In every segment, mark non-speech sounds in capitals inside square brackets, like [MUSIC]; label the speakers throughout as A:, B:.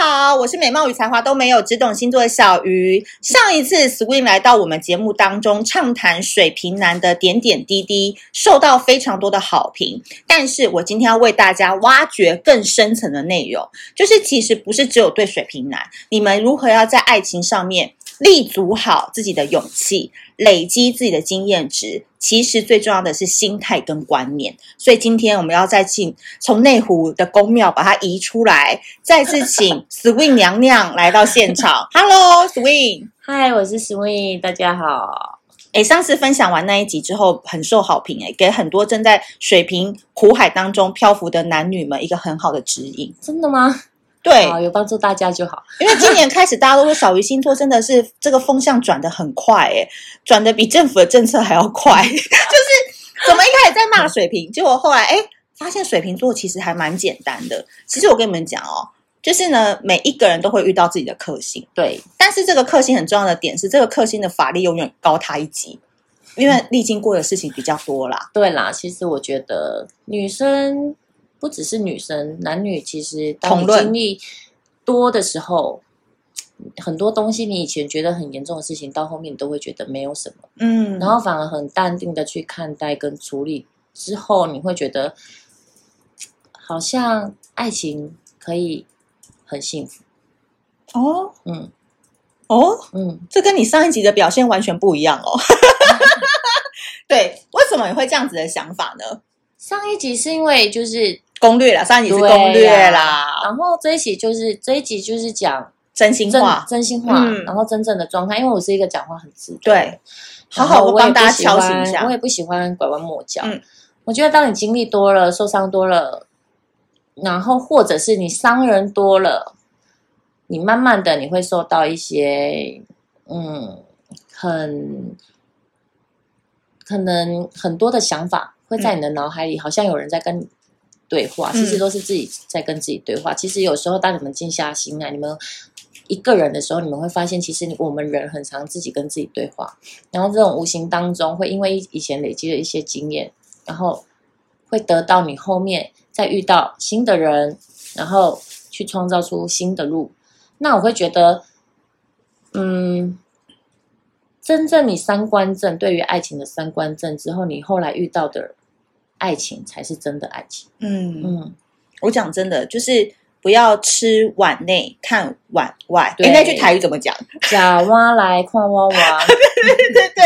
A: 好，我是美貌与才华都没有，只懂星座的小鱼。上一次 Swing 来到我们节目当中，畅谈水瓶男的点点滴滴，受到非常多的好评。但是我今天要为大家挖掘更深层的内容，就是其实不是只有对水瓶男，你们如何要在爱情上面立足好自己的勇气，累积自己的经验值。其实最重要的是心态跟观念。所以今天我们要再请从内湖的宫庙把它移出来，再次请 Swing 娘娘来到现 [LAUGHS] 场。Hello，Swing。
B: 嗨，我是 Swing，大家好。
A: 哎，上次分享完那一集之后，很受好评哎，给很多正在水平苦海当中漂浮的男女们一个很好的指引。
B: 真的吗？
A: 对，
B: 好，有帮助大家就好。
A: 因为今年开始，大家都说小鱼星座真的是这个风向转的很快，哎，转的比政府的政策还要 [LAUGHS] 快。就是怎么一开始在骂水瓶，结果后来哎，发现水瓶座其实还蛮简单的。其实我跟你们讲哦，就是呢，每一个人都会遇到自己的克星，
B: 对，
A: 但是这个克星很重要的点是，这个克星的法力永远高他一级，因为历经过的事情比较多啦。
B: 对啦，其实我觉得女生不只是女生，男女其实当
A: 同
B: 你
A: 论
B: 经历多的时候，很多东西你以前觉得很严重的事情，到后面你都会觉得没有什么，
A: 嗯，
B: 然后反而很淡定的去看待跟处理之后，你会觉得好像爱情可以很幸福。
A: 哦
B: 嗯
A: 哦，
B: 嗯，
A: 这跟你上一集的表现完全不一样哦。 [LAUGHS] 对，为什么你会这样子的想法呢？
B: 上一集是因为就是
A: 攻略啦，上一集是
B: 对啊
A: 攻略
B: 呀
A: 啦，
B: 然后这一集就是这一集就是讲
A: 真心
B: 真
A: 话，
B: 真心话，
A: 嗯
B: 然后真正的状态，因为我是一个讲话很直的人
A: 对，好好
B: 我
A: 我帮大家敲醒一下
B: 我也不喜欢拐弯抹角。
A: 嗯
B: 我觉得当你经历多了，受伤多了，然后或者是你伤人多了，你慢慢的你会受到一些嗯很可能很多的想法会在你的脑海里，好像有人在跟你对话，
A: 嗯
B: 其实都是自己在跟自己对话。其实有时候，当你们静下心来，你们一个人的时候，你们会发现，其实我们人很常自己跟自己对话，然后这种无形当中会因为以前累积的一些经验，然后会得到你后面再遇到新的人，然后去创造出新的路。那我会觉得，嗯，真正你三观正，对于爱情的三观正之后，你后来遇到的爱情才是真的爱情。
A: 嗯，
B: 嗯，
A: 我讲真的，就是不要吃碗内看碗外。
B: 对
A: 哎，那句台语怎么讲？
B: 假蛙来看蛙
A: [LAUGHS]
B: 蛙，
A: 对对，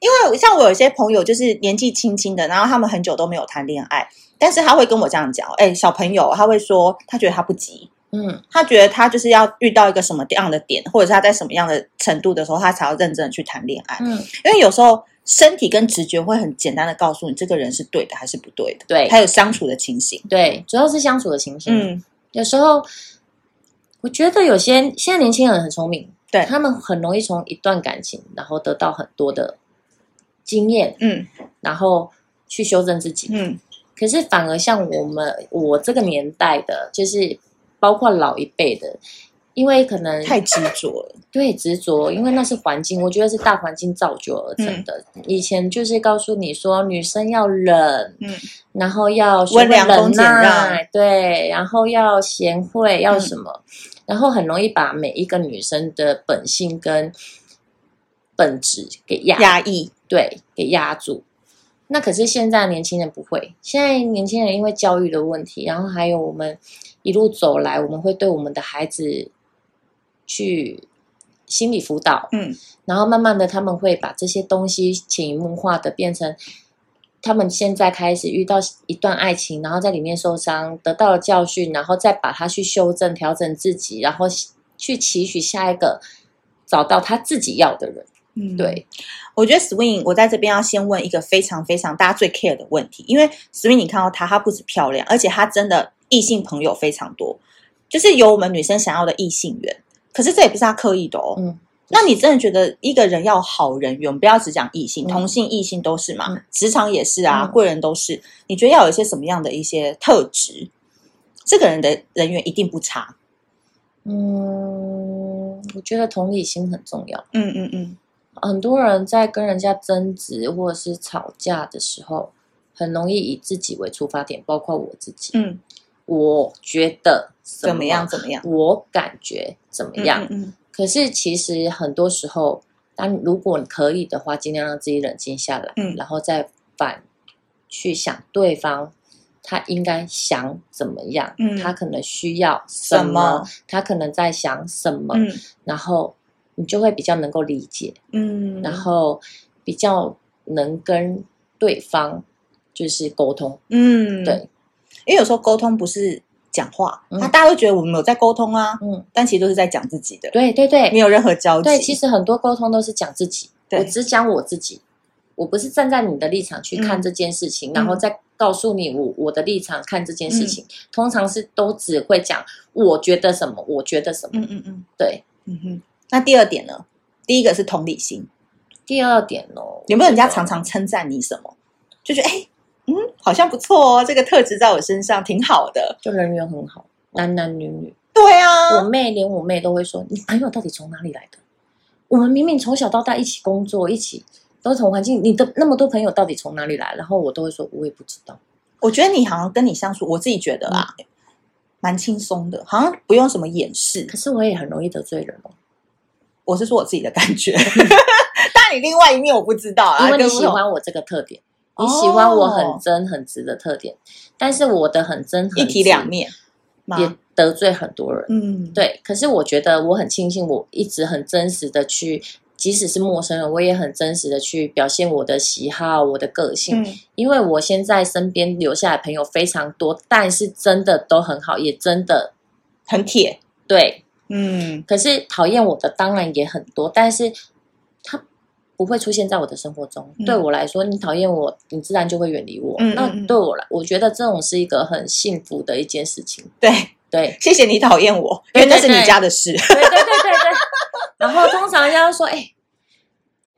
A: 因为像我有些朋友就是年纪轻轻的，然后他们很久都没有谈恋爱，但是他会跟我这样讲，哎，小朋友，他会说他觉得他不急，
B: 嗯，
A: 他觉得他就是要遇到一个什么样的点，或者是他在什么样的程度的时候，他才要认真的去谈恋爱。
B: 嗯，
A: 因为有时候身体跟直觉会很简单的告诉你这个人是对的还是不对的，
B: 对
A: 还有相处的情形。
B: 对，主要是相处的情形。
A: 嗯，
B: 有时候我觉得有些现在年轻人很聪明，
A: 对
B: 他们很容易从一段感情，然后得到很多的经验，
A: 嗯
B: 然后去修正自己。
A: 嗯
B: 可是反而像我们我这个年代的，就是包括老一辈的，因为可能
A: 太执着了。
B: 对执着，因为那是环境，我觉得是大环境造就而
A: 嗯
B: 成的。以前就是告诉你说，女生要忍，
A: 嗯
B: 然后要学会
A: 温良恭
B: 忍
A: 俭让嗯
B: 耐，对，然后要贤惠，要什么，然后很容易把每一个女生的本性跟本质给压
A: 压抑，
B: 对，给压住。那可是现在年轻人不会，现在年轻人因为教育的问题，然后还有我们一路走来，我们会对我们的孩子去心理辅导，
A: 嗯，
B: 然后慢慢的他们会把这些东西潜移默化的变成他们现在开始遇到一段爱情，然后在里面受伤，得到了教训，然后再把它去修正、调整自己，然后去期许下一个找到他自己要的人。
A: 嗯
B: 对，
A: 我觉得 Swing，我在这边要先问一个非常非常大家最 care 的问题，因为 Swing 你看到她，她不止漂亮，而且她真的异性朋友非常多，就是有我们女生想要的异性缘。可是这也不是她刻意的哦。
B: 嗯，
A: 那你真的觉得一个人要好人缘，不要只讲异性，
B: 嗯
A: 同性、异性都是嘛，
B: 嗯
A: 职场也是啊，
B: 嗯
A: 贵人都是。你觉得要有一些什么样的一些特质，这个人的人缘一定不差。
B: 嗯，我觉得同理心很重要。
A: 嗯嗯嗯，
B: 很多人在跟人家争执或者是吵架的时候，很容易以自己为出发点，包括我自己。
A: 嗯
B: 我觉得
A: 怎么样？，怎么样？
B: 我感觉怎么样。
A: 嗯嗯
B: 可是其实很多时候，当如果你可以的话，尽量让自己冷静下来，
A: 嗯
B: 然后再反去想对方他应该想怎么样，
A: 嗯
B: 他可能需要
A: 什
B: 什
A: 么
B: 他可能在想什么，
A: 嗯
B: 然后你就会比较能够理解，
A: 嗯，
B: 然后比较能跟对方就是沟通，
A: 嗯，
B: 对，
A: 因为有时候沟通不是讲话，
B: 嗯
A: 那大家都觉得我们有在沟通啊，
B: 嗯，
A: 但其实都是在讲自己的，
B: 对对对，
A: 没有任何交集。
B: 对，其实很多沟通都是讲自己，
A: 对
B: 我只讲我自己，我不是站在你的立场去看
A: 嗯
B: 这件事情，
A: 嗯
B: 然后再告诉你我我的立场看这件事情。通常是都只会讲我觉得什么，我觉得什么。
A: 嗯嗯嗯
B: 对，
A: 嗯哼。那第二点呢？第一个是同理心，
B: 第二点哦，
A: 有没有人家
B: 我觉得
A: 常常称赞你什么？就觉得哎、嗯，好像不错哦，这个特质在我身上挺好的。
B: 就人缘很好，男男女女，
A: 对啊，
B: 我妹连我妹都会说，你朋友到底从哪里来的？我们明明从小到大一起工作，一起都是同环境，你的那么多朋友到底从哪里来？然后我都会说，我也不知道。
A: 我觉得你好像跟你相处，我自己觉得啊，
B: 嗯
A: 蛮轻松的，好像不用什么掩饰
B: 可。是我也很容易得罪人哦。
A: 我是说我自己的感觉， [LAUGHS] 但你另外一面我不知道啊，
B: 因为你
A: 跟不
B: 喜
A: 同
B: 欢我这个特点，
A: 哦
B: 你喜欢我很真很直的特点，但是我的很真
A: 一
B: 很直
A: 体两面嘛。
B: 也得罪很多人。
A: 嗯，
B: 对，可是我觉得我很庆幸，我一直很真实的去，即使是陌生人，我也很真实的去表现我的喜好、我的个性，
A: 嗯
B: 因为我现在身边留下来的朋友非常多，但是真的都很好，也真的
A: 很铁，
B: 对
A: 嗯
B: 可是讨厌我的当然也很多，但是他不会出现在我的生活中。
A: 嗯
B: 对我来说，你讨厌我，你自然就会远离我。
A: 嗯嗯嗯
B: 那对我来，我觉得这种是一个很幸福的一件事情。
A: 对，
B: 对 [LAUGHS]
A: 谢谢你讨厌我，因
B: 对
A: 为那是
B: 对
A: 你
B: 对
A: 家的事。
B: 对对对对对。然后通常人家就说，哎、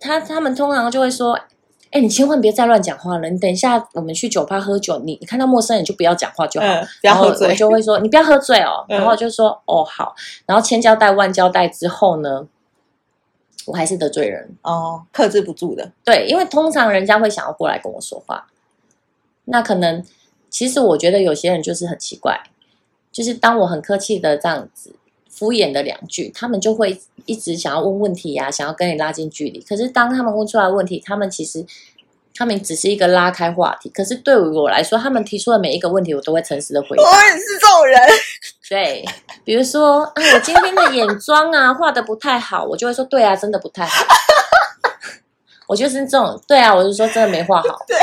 B: 他他们通常就会说。哎、你千万别再乱讲话了！你等一下，我们去酒吧喝酒，你你看到陌生人就不要讲话就好。
A: [LAUGHS] 嗯，不要喝
B: 然后我
A: 醉。
B: 就会说你不要喝醉哦，
A: 嗯
B: 然后我就说哦好，然后千交代万交代之后呢，我还是得罪人，
A: 哦，克制不住的，
B: 对，因为通常人家会想要过来跟我说话，那可能其实我觉得有些人就是很奇怪，就是当我很客气的这样子敷衍的两句，他们就会一直想要问问题呀、想要跟你拉近距离。可是当他们问出来问题，他们其实他们只是一个拉开话题，可是对于我来说，他们提出的每一个问题，我都会诚实的回答。
A: 也是这种人。
B: 对，比如说啊，我今天的眼妆啊画的不太好，我就会说对啊，真的不太好。 [LAUGHS] 我就是这种，对啊，我就说真的没画好，
A: 对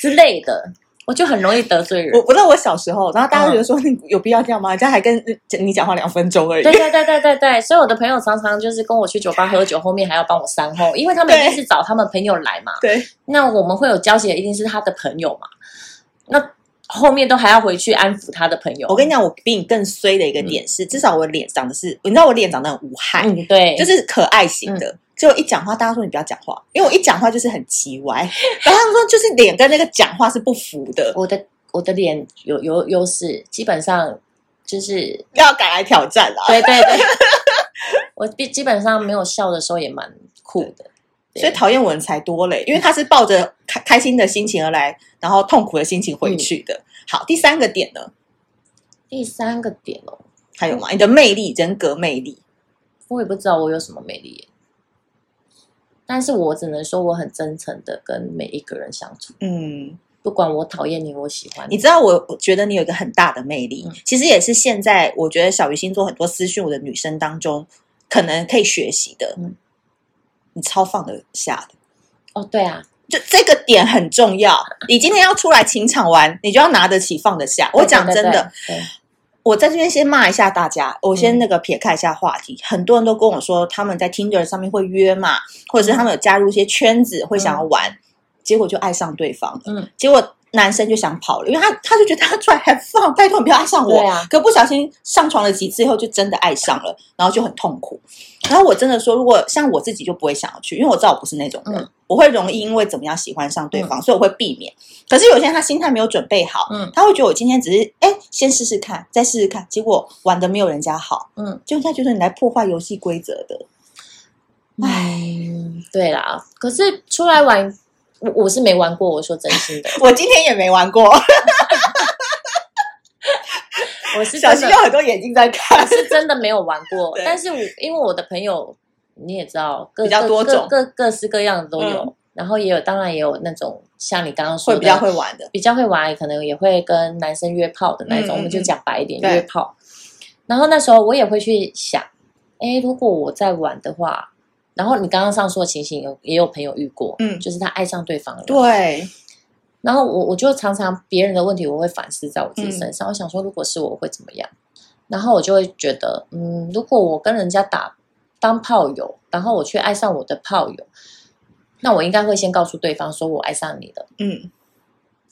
B: 之类的，我就很容易得罪
A: 我
B: 人。
A: 不知道我小时候，然后大家觉
B: 嗯
A: 得说 [LAUGHS] 你有必要这样吗？人家还跟你讲话两分钟而已
B: 对。对对对对对，所以我的朋友常常就是跟我去酒吧喝酒，后面还要帮我善后，因为他们一定是找他们朋友来嘛。
A: 对，
B: 那我们会有交集的，一定是他的朋友嘛。那后面都还要回去安抚他的朋友。
A: 我跟你讲，我比你更衰的一个点是，至少我脸长得是，你知道我脸长得很无害，
B: 嗯，对，嗯
A: 就是可爱型的。结果一讲话，大家说你不要讲话，因为我一讲话就是很奇歪，然后他们说就是脸跟那个讲话是不符的，
B: 我的我的脸有有优势，基本上就是
A: 要敢来挑战啊啦。
B: [LAUGHS] 对对对，我基基本上没有笑的时候也蛮酷的，对
A: 所以讨厌我人才多嘞，因为他是抱着开开心的心情而来，然后痛苦的心情回去
B: 嗯
A: 的。好，第三个点呢，
B: 第三个点哦，
A: 还有吗？你的魅力，人格魅力，
B: 我也不知道我有什么魅力耶，但是我只能说我很真诚的跟每一个人相处，
A: 嗯，
B: 不管我讨厌你，我喜欢
A: 你
B: 你，
A: 知道我，我觉得你有一个很大的魅力，
B: 嗯
A: 其实也是现在我觉得小鱼星座很多私讯我的女生当中，可能可以学习的。
B: 嗯
A: 你超放得下的，
B: 哦对啊，
A: 就这个点很重要。你今天要出来情场玩，你就要拿得起放得下。我讲
B: 对
A: 真的，，
B: 对对对
A: 我在这边先骂一下大家，我
B: 嗯
A: 先那个撇开一下话题。很多人都跟我说，他们在 Tinder 上面会约嘛，或者是他们有加入一些圈子，会想要玩，结果就爱上对方了。
B: 嗯，
A: 结果男生就想跑了，因为他他就觉得他出来还放，拜托你不要爱上我。
B: 对啊
A: 可不小心上床了几次以后，就真的爱上了，然后就很痛苦。然后我真的说，如果像我自己就不会想要去，因为我知道我不是那种人，
B: 嗯
A: 我会容易因为怎么样喜欢上对方，所以我会避免。可是有些人他心态没有准备好，
B: 嗯
A: 他会觉得我今天只是哎先试试看，再试试看，结果玩的没有人家好，
B: 嗯
A: 就人家觉得你来破坏游戏规则的。
B: 嗯对啦，可是出来玩。我我是没玩过，我说真心的，
A: 我今天也没玩过，
B: 我是
A: 小
B: [LAUGHS] 真
A: 新
B: 的
A: 有很多眼睛在看
B: [LAUGHS] 我。是真的没有玩过
A: 对，
B: 但是我因为我的朋友你也知道，各
A: 比较多种
B: 各各各式各样的都有，
A: 嗯
B: 然后也有，当然也有那种像你刚刚说
A: 会
B: 的
A: 比较会玩的，
B: 比较会玩，可能也会跟男生约炮的那一种，
A: 嗯嗯
B: 我们就讲白一点，
A: 对
B: 约炮。然后那时候我也会去想，哎，如果我在玩的话，然后你刚刚上述的情形有也有朋友遇过，
A: 嗯
B: 就是他爱上对方了，
A: 对，
B: 然后我我就常常别人的问题，我会反思在我
A: 嗯
B: 自己身上。我想说，如果是我会怎么样？然后我就会觉得，嗯，如果我跟人家打当炮友，然后我却爱上我的炮友，那我应该会先告诉对方说我爱上你了。
A: 嗯，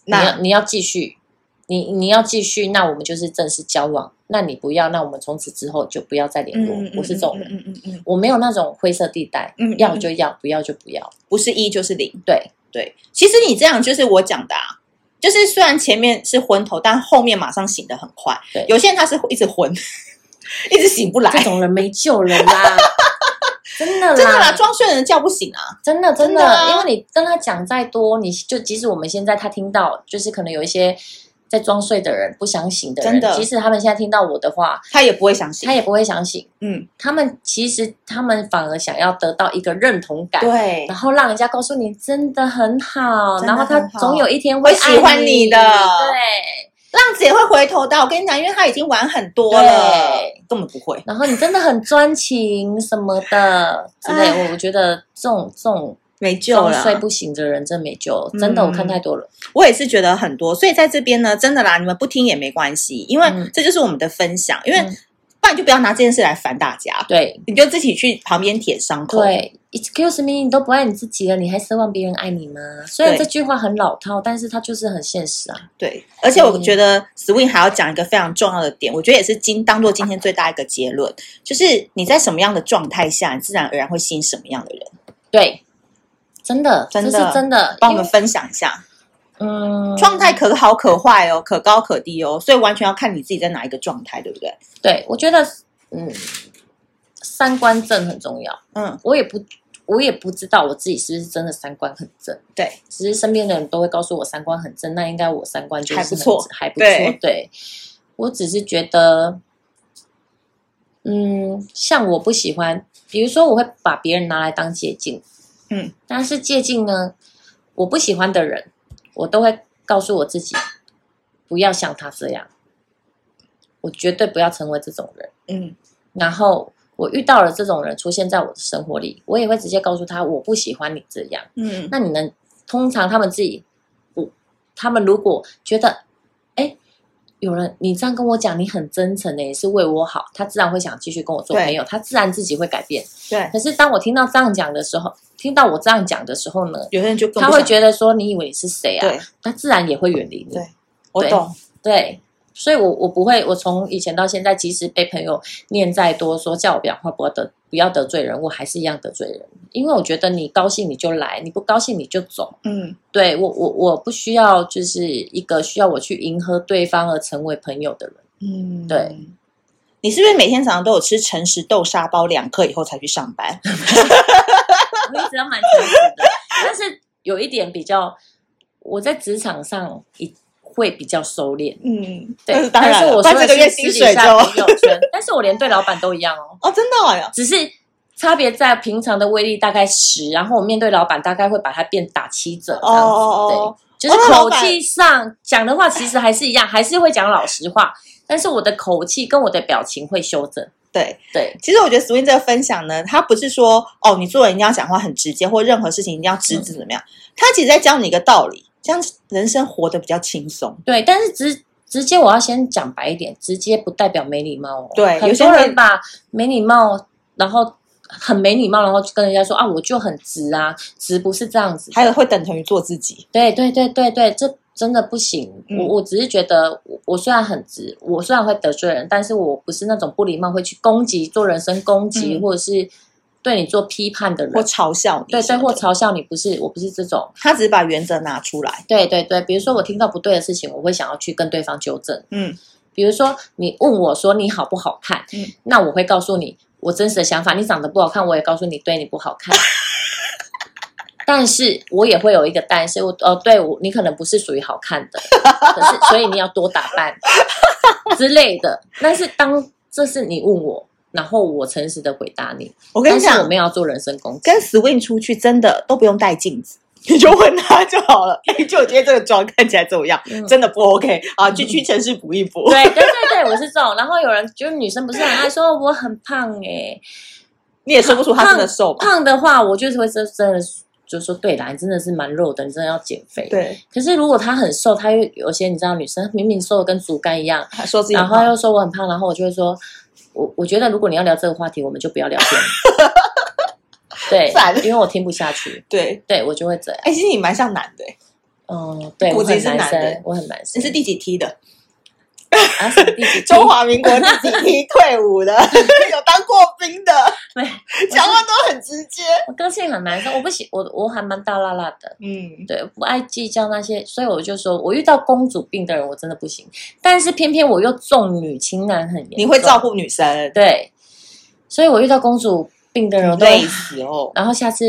B: 你要
A: 那
B: 你要继续，你你要继续，那我们就是正式交往。那你不要，那我们从此之后就不要再联络。我是这种人，
A: 嗯嗯嗯嗯，
B: 我没有那种灰色地带，
A: 嗯嗯
B: 要就要，不要就不要。
A: 不是一就是零，
B: 对，
A: 对，其实你这样就是我讲的啊。就是虽然前面是昏头，但后面马上醒得很快。
B: 对
A: 有些人他是一直昏， [LAUGHS] 一直醒不来。
B: 这种人没救
A: [LAUGHS]
B: 了啦，真的啦，
A: 真的啦，装睡的人叫不醒啊。
B: 真的，真
A: 真
B: 的，
A: 的啊
B: 因为你跟他讲再多，你就即使我们现在他听到，就是可能有一些在装睡的人、不想醒的人，
A: 真的
B: 即使他们现在听到我的话，
A: 他也不会相信
B: 他。也不会想醒。
A: 嗯，
B: 他们其实他们反而想要得到一个认同感，
A: 对，
B: 然后让人家告诉你真的很好，
A: 真的
B: 然后他
A: 很好
B: 总有一天
A: 会
B: 爱
A: 喜欢
B: 你
A: 你的
B: 对。
A: 浪子也会回头的。我跟你讲，因为他已经玩很多了
B: 对，
A: 根本不会。
B: 然后你真的很专情什么的之类，
A: 哎
B: 我我觉得这种这种
A: 没
B: 装睡不醒的人真没救了，真
A: 嗯
B: 的我看太多了。
A: 我也是觉得很多，所以在这边呢，真的啦，你们不听也没关系，因为
B: 嗯
A: 这就是我们的分享，因为
B: 嗯
A: 不然就不要拿这件事来烦大家，
B: 对，
A: 你就自己去旁边舔伤口。
B: 对，Excuse me，你都不爱你自己了，你还奢望别人爱你吗？虽然
A: 对
B: 这句话很老套，但是它就是很现实啊。
A: 对而且我觉得 Swing 还要讲一个非常重要的点，我觉得也是今当做今天最大一个结论，就是你在什么样的状态下，你自然而然会吸引什么样的人。
B: 对，真的，
A: 真的
B: 这是真的。
A: 帮我
B: 因
A: 们
B: 为
A: 分享一下，
B: 嗯，
A: 状态可好可坏哦，可高可低哦，所以完全要看你自己在哪一个状态，对不对？
B: 对我觉得，嗯，三观正很重要。
A: 嗯，
B: 我也不，我也不知道我自己是不是真的三观很正，
A: 对，
B: 只是身边的人都会告诉我三观很正，那应该我三观就是
A: 还
B: 很
A: 不错
B: 还不错。
A: 对
B: 对，我只是觉得，嗯，像我不喜欢，比如说我会把别人拿来当借镜，
A: 嗯，
B: 但是借镜呢，我不喜欢的人，我都会告诉我自己，不要像他这样，我绝对不要成为这种人。
A: 嗯，
B: 然后我遇到了这种人出现在我的生活里，我也会直接告诉他我不喜欢你这样。
A: 嗯，
B: 那你能通常他们自己，我他们如果觉得，哎，有人你这样跟我讲，你很真诚的，也是为我好，他自然会想继续跟我做
A: 对
B: 朋友，他自然自己会改变。
A: 对，
B: 可是当我听到这样讲的时候，听到我这样讲的时候呢，
A: 有些人就更
B: 他
A: 不
B: 会
A: 想
B: 觉得说你以为你是谁啊？
A: 对，
B: 他自然也会远离你。
A: 对我
B: 对
A: 懂，
B: 对，所以我我不会，我从以前到现在，即使被朋友念再多，说叫我不要话不要得不要得罪人，我还是一样得罪人，因为我觉得你高兴你就来，你不高兴你就走。
A: 嗯，
B: 对我我我不需要就是一个需要我去迎合对方而成为朋友的人。
A: 嗯，
B: 对。
A: 你是不是每天早上都有吃诚实豆沙包两颗以后才去上班？
B: 我一直都蛮诚实的，但是有一点比较，我在职场上一会比较收敛。
A: 嗯，但
B: 对
A: 是，当
B: 但
A: 然
B: 是
A: 了，
B: 我
A: 不然
B: 说
A: 这
B: 的
A: 个月
B: 是
A: 薪
B: 私底
A: 水就
B: 下朋友圈，但是我连对老板都一样哦。
A: 哦，真的哎呀，
B: 只是差别在平常的威力大概十，然后我面对老板大概会把它变打七折这
A: 哦
B: 样子，
A: 哦哦，
B: 对，就
A: 哦
B: 是
A: 那老
B: 口
A: 板
B: 气上讲的话其实还是一样，还是会讲老实话，但是我的口气跟我的表情会修正，
A: 对。
B: 对，
A: 其实我觉得 Swing 这个分享呢，他不是说哦，你做人一定要讲话很直接，或任何事情一定要直指怎么样，他其实在教你一个道理，这样人生活得比较轻松。
B: 对，但是直。直接我要先讲白一点，直接不代表没礼貌哦。
A: 对
B: 很
A: 有些
B: 多人
A: 人
B: 把没礼貌，然后很没礼貌，然后就跟人家说啊，我就很直啊，直不是这样子的。
A: 还有会等同于做自己，
B: 对对对对对，这真的不行。
A: 嗯
B: 我我只是觉得我，我虽然很直，我虽然会得罪人，但是我不是那种不礼貌会去攻击、做人身攻击，
A: 嗯
B: 或者是对你做批判的人
A: 或。嘲笑你
B: 对
A: 什
B: 对，
A: 么的，
B: 或嘲笑你，不是我不是这种。
A: 他只是把原则拿出来。
B: 对对对，比如说我听到不对的事情，我会想要去跟对方纠正。
A: 嗯，
B: 比如说你问我说你好不好看，
A: 嗯
B: 那我会告诉你我真实的想法。你长得不好看，我也告诉你对你不好
A: [LAUGHS]
B: 看。但是我也会有一个
A: [LAUGHS]
B: 但是，我哦，对我你可能不是属于好看的，可是所以你要多打扮。之类的。但是当这是你问我，然后我诚实的回答你，
A: 我
B: 我
A: 跟你
B: 我
A: 讲
B: 们，要做人身攻
A: [LAUGHS]
B: 击
A: 跟。Swing 出去真的都不用带镜子。 [LAUGHS] 你就问他就好 [LAUGHS] 了。哎、就我今天这个妆看起来怎么样？
B: 嗯
A: 真的不 OK 啊！去屈臣氏补一补。
B: 对对对对，我是这种。然后有人就是女生不是很爱说我很胖哎、
A: 你也说不出他真的瘦吧？
B: 胖的话，我就是会真真的就说对啦，你真的是蛮肉的，你真的要减肥。
A: 对，
B: 可是如果她很瘦，她又有些你知道，女生明明瘦的跟竹竿一样，
A: 他说自己
B: 然
A: 很
B: 后
A: 胖
B: 又说我很胖，然后我就会说，我我觉得如果你要聊这个话题，我们就不要聊天。
A: [LAUGHS] 烦
B: 对，因为我听不下去，
A: 对。
B: 对我就会这样。
A: 哎、其实你蛮像男的、哎
B: 嗯，对，
A: 骨
B: 我
A: 子里
B: 很
A: 是
B: 男
A: 男的
B: 生，我很男生
A: 你。是第几梯的？
B: 啊，什么第几
A: [LAUGHS] 中华民国第几梯退伍 [LAUGHS] 的？有当过兵的，
B: 没，
A: 讲话都很直接。
B: 我个性很男生，我不喜我我还蛮大辣辣的。
A: 嗯，
B: 对，不爱计较那些，所以我就说，我遇到公主病的人，我真的不行。但是偏偏我又重女轻男很严重，
A: 你会照顾女生，
B: 对，所以我遇到公主病的人，我都
A: 累死哦。
B: 然后下次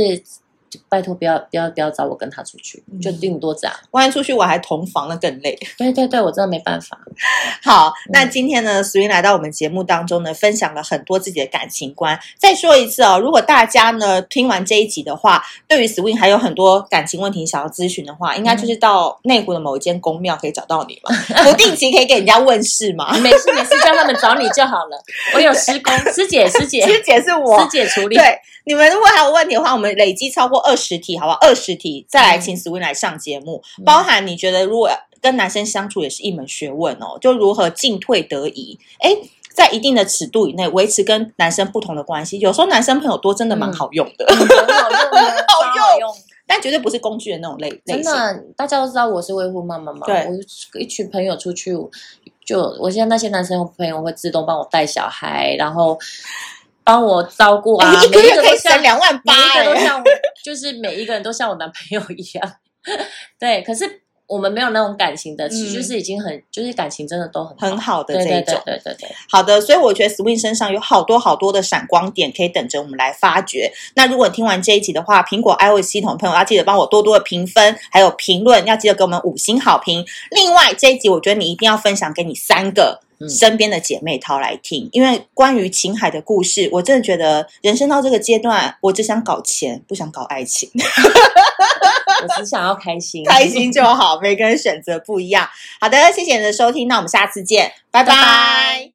B: 就拜托不要不要不要找我跟他出去，
A: 嗯
B: 就顶多这样。
A: 万一出去我还同房，那更 [LAUGHS] 累。
B: 对对对，我真的没
A: [LAUGHS]
B: 办法。
A: 好，那今天呢，苏云来到我们节目当中呢，分享了很多自己的感情观。再说一次哦，如果大家呢听完这一集的话，对于 Swing 还有很多感情问题想要咨询的话，应该就是到内湖的某一间公庙可以找到你 [LAUGHS] 吧？不定期可以给人家问事吗？
B: 没事没事，叫他们找你就好了。我有师公师姐师姐
A: 师姐是我
B: 师，姐处理。
A: 对，你们如果还有问题的话，我们累积超过二十题，好不好？二十题再来请 Swing 来上节目，
B: 嗯
A: 包含你觉得如果跟男生相处也是一门学问哦，就如何进退得宜，哎。在一定的尺度以内维持跟男生不同的关系，有时候男生朋友多真的蛮好用的， [LAUGHS]
B: 嗯很好用的，
A: 好用
B: 超好用。
A: 但绝对不是工具的那种类类
B: 真
A: 型。哎
B: 的，大家都知道我是未婚妈妈嘛。
A: 对
B: 我一群朋友出去，就我现在那些男生朋友会自动帮我带小孩，然后帮我照顾啊，
A: 哎一个
B: 每
A: 月
B: 都
A: 可以
B: 像
A: 省两万八、
B: 每一个都
A: 哎
B: 像我，就是每一个人都像我男朋友一样。 [LAUGHS] 对，可是我们没有那种感情的，其
A: 嗯
B: 实就是已经很，就是感情真的都很好
A: 很好的
B: 对
A: 这一
B: 对
A: 种
B: 对。对对对，
A: 好的，所以我觉得 Swing 身上有好多好多的闪光点可以等着我们来发掘。那如果你听完这一集的话，苹果 iOS 系统的朋友要记得帮我多多的评分，还有评论要记得给我们五星好评。另外这一集，我觉得你一定要分享给你三个。
B: 嗯
A: 身边的姐妹淘来听，因为关于秦海的故事，我真的觉得人生到这个阶段，我只想搞钱，不想搞爱情。 [LAUGHS]
B: 我只想要开心， [LAUGHS]
A: 开心就好，每个人选择不一样。好的，谢谢你的收听，那我们下次见，拜
B: 拜
A: 拜
B: 拜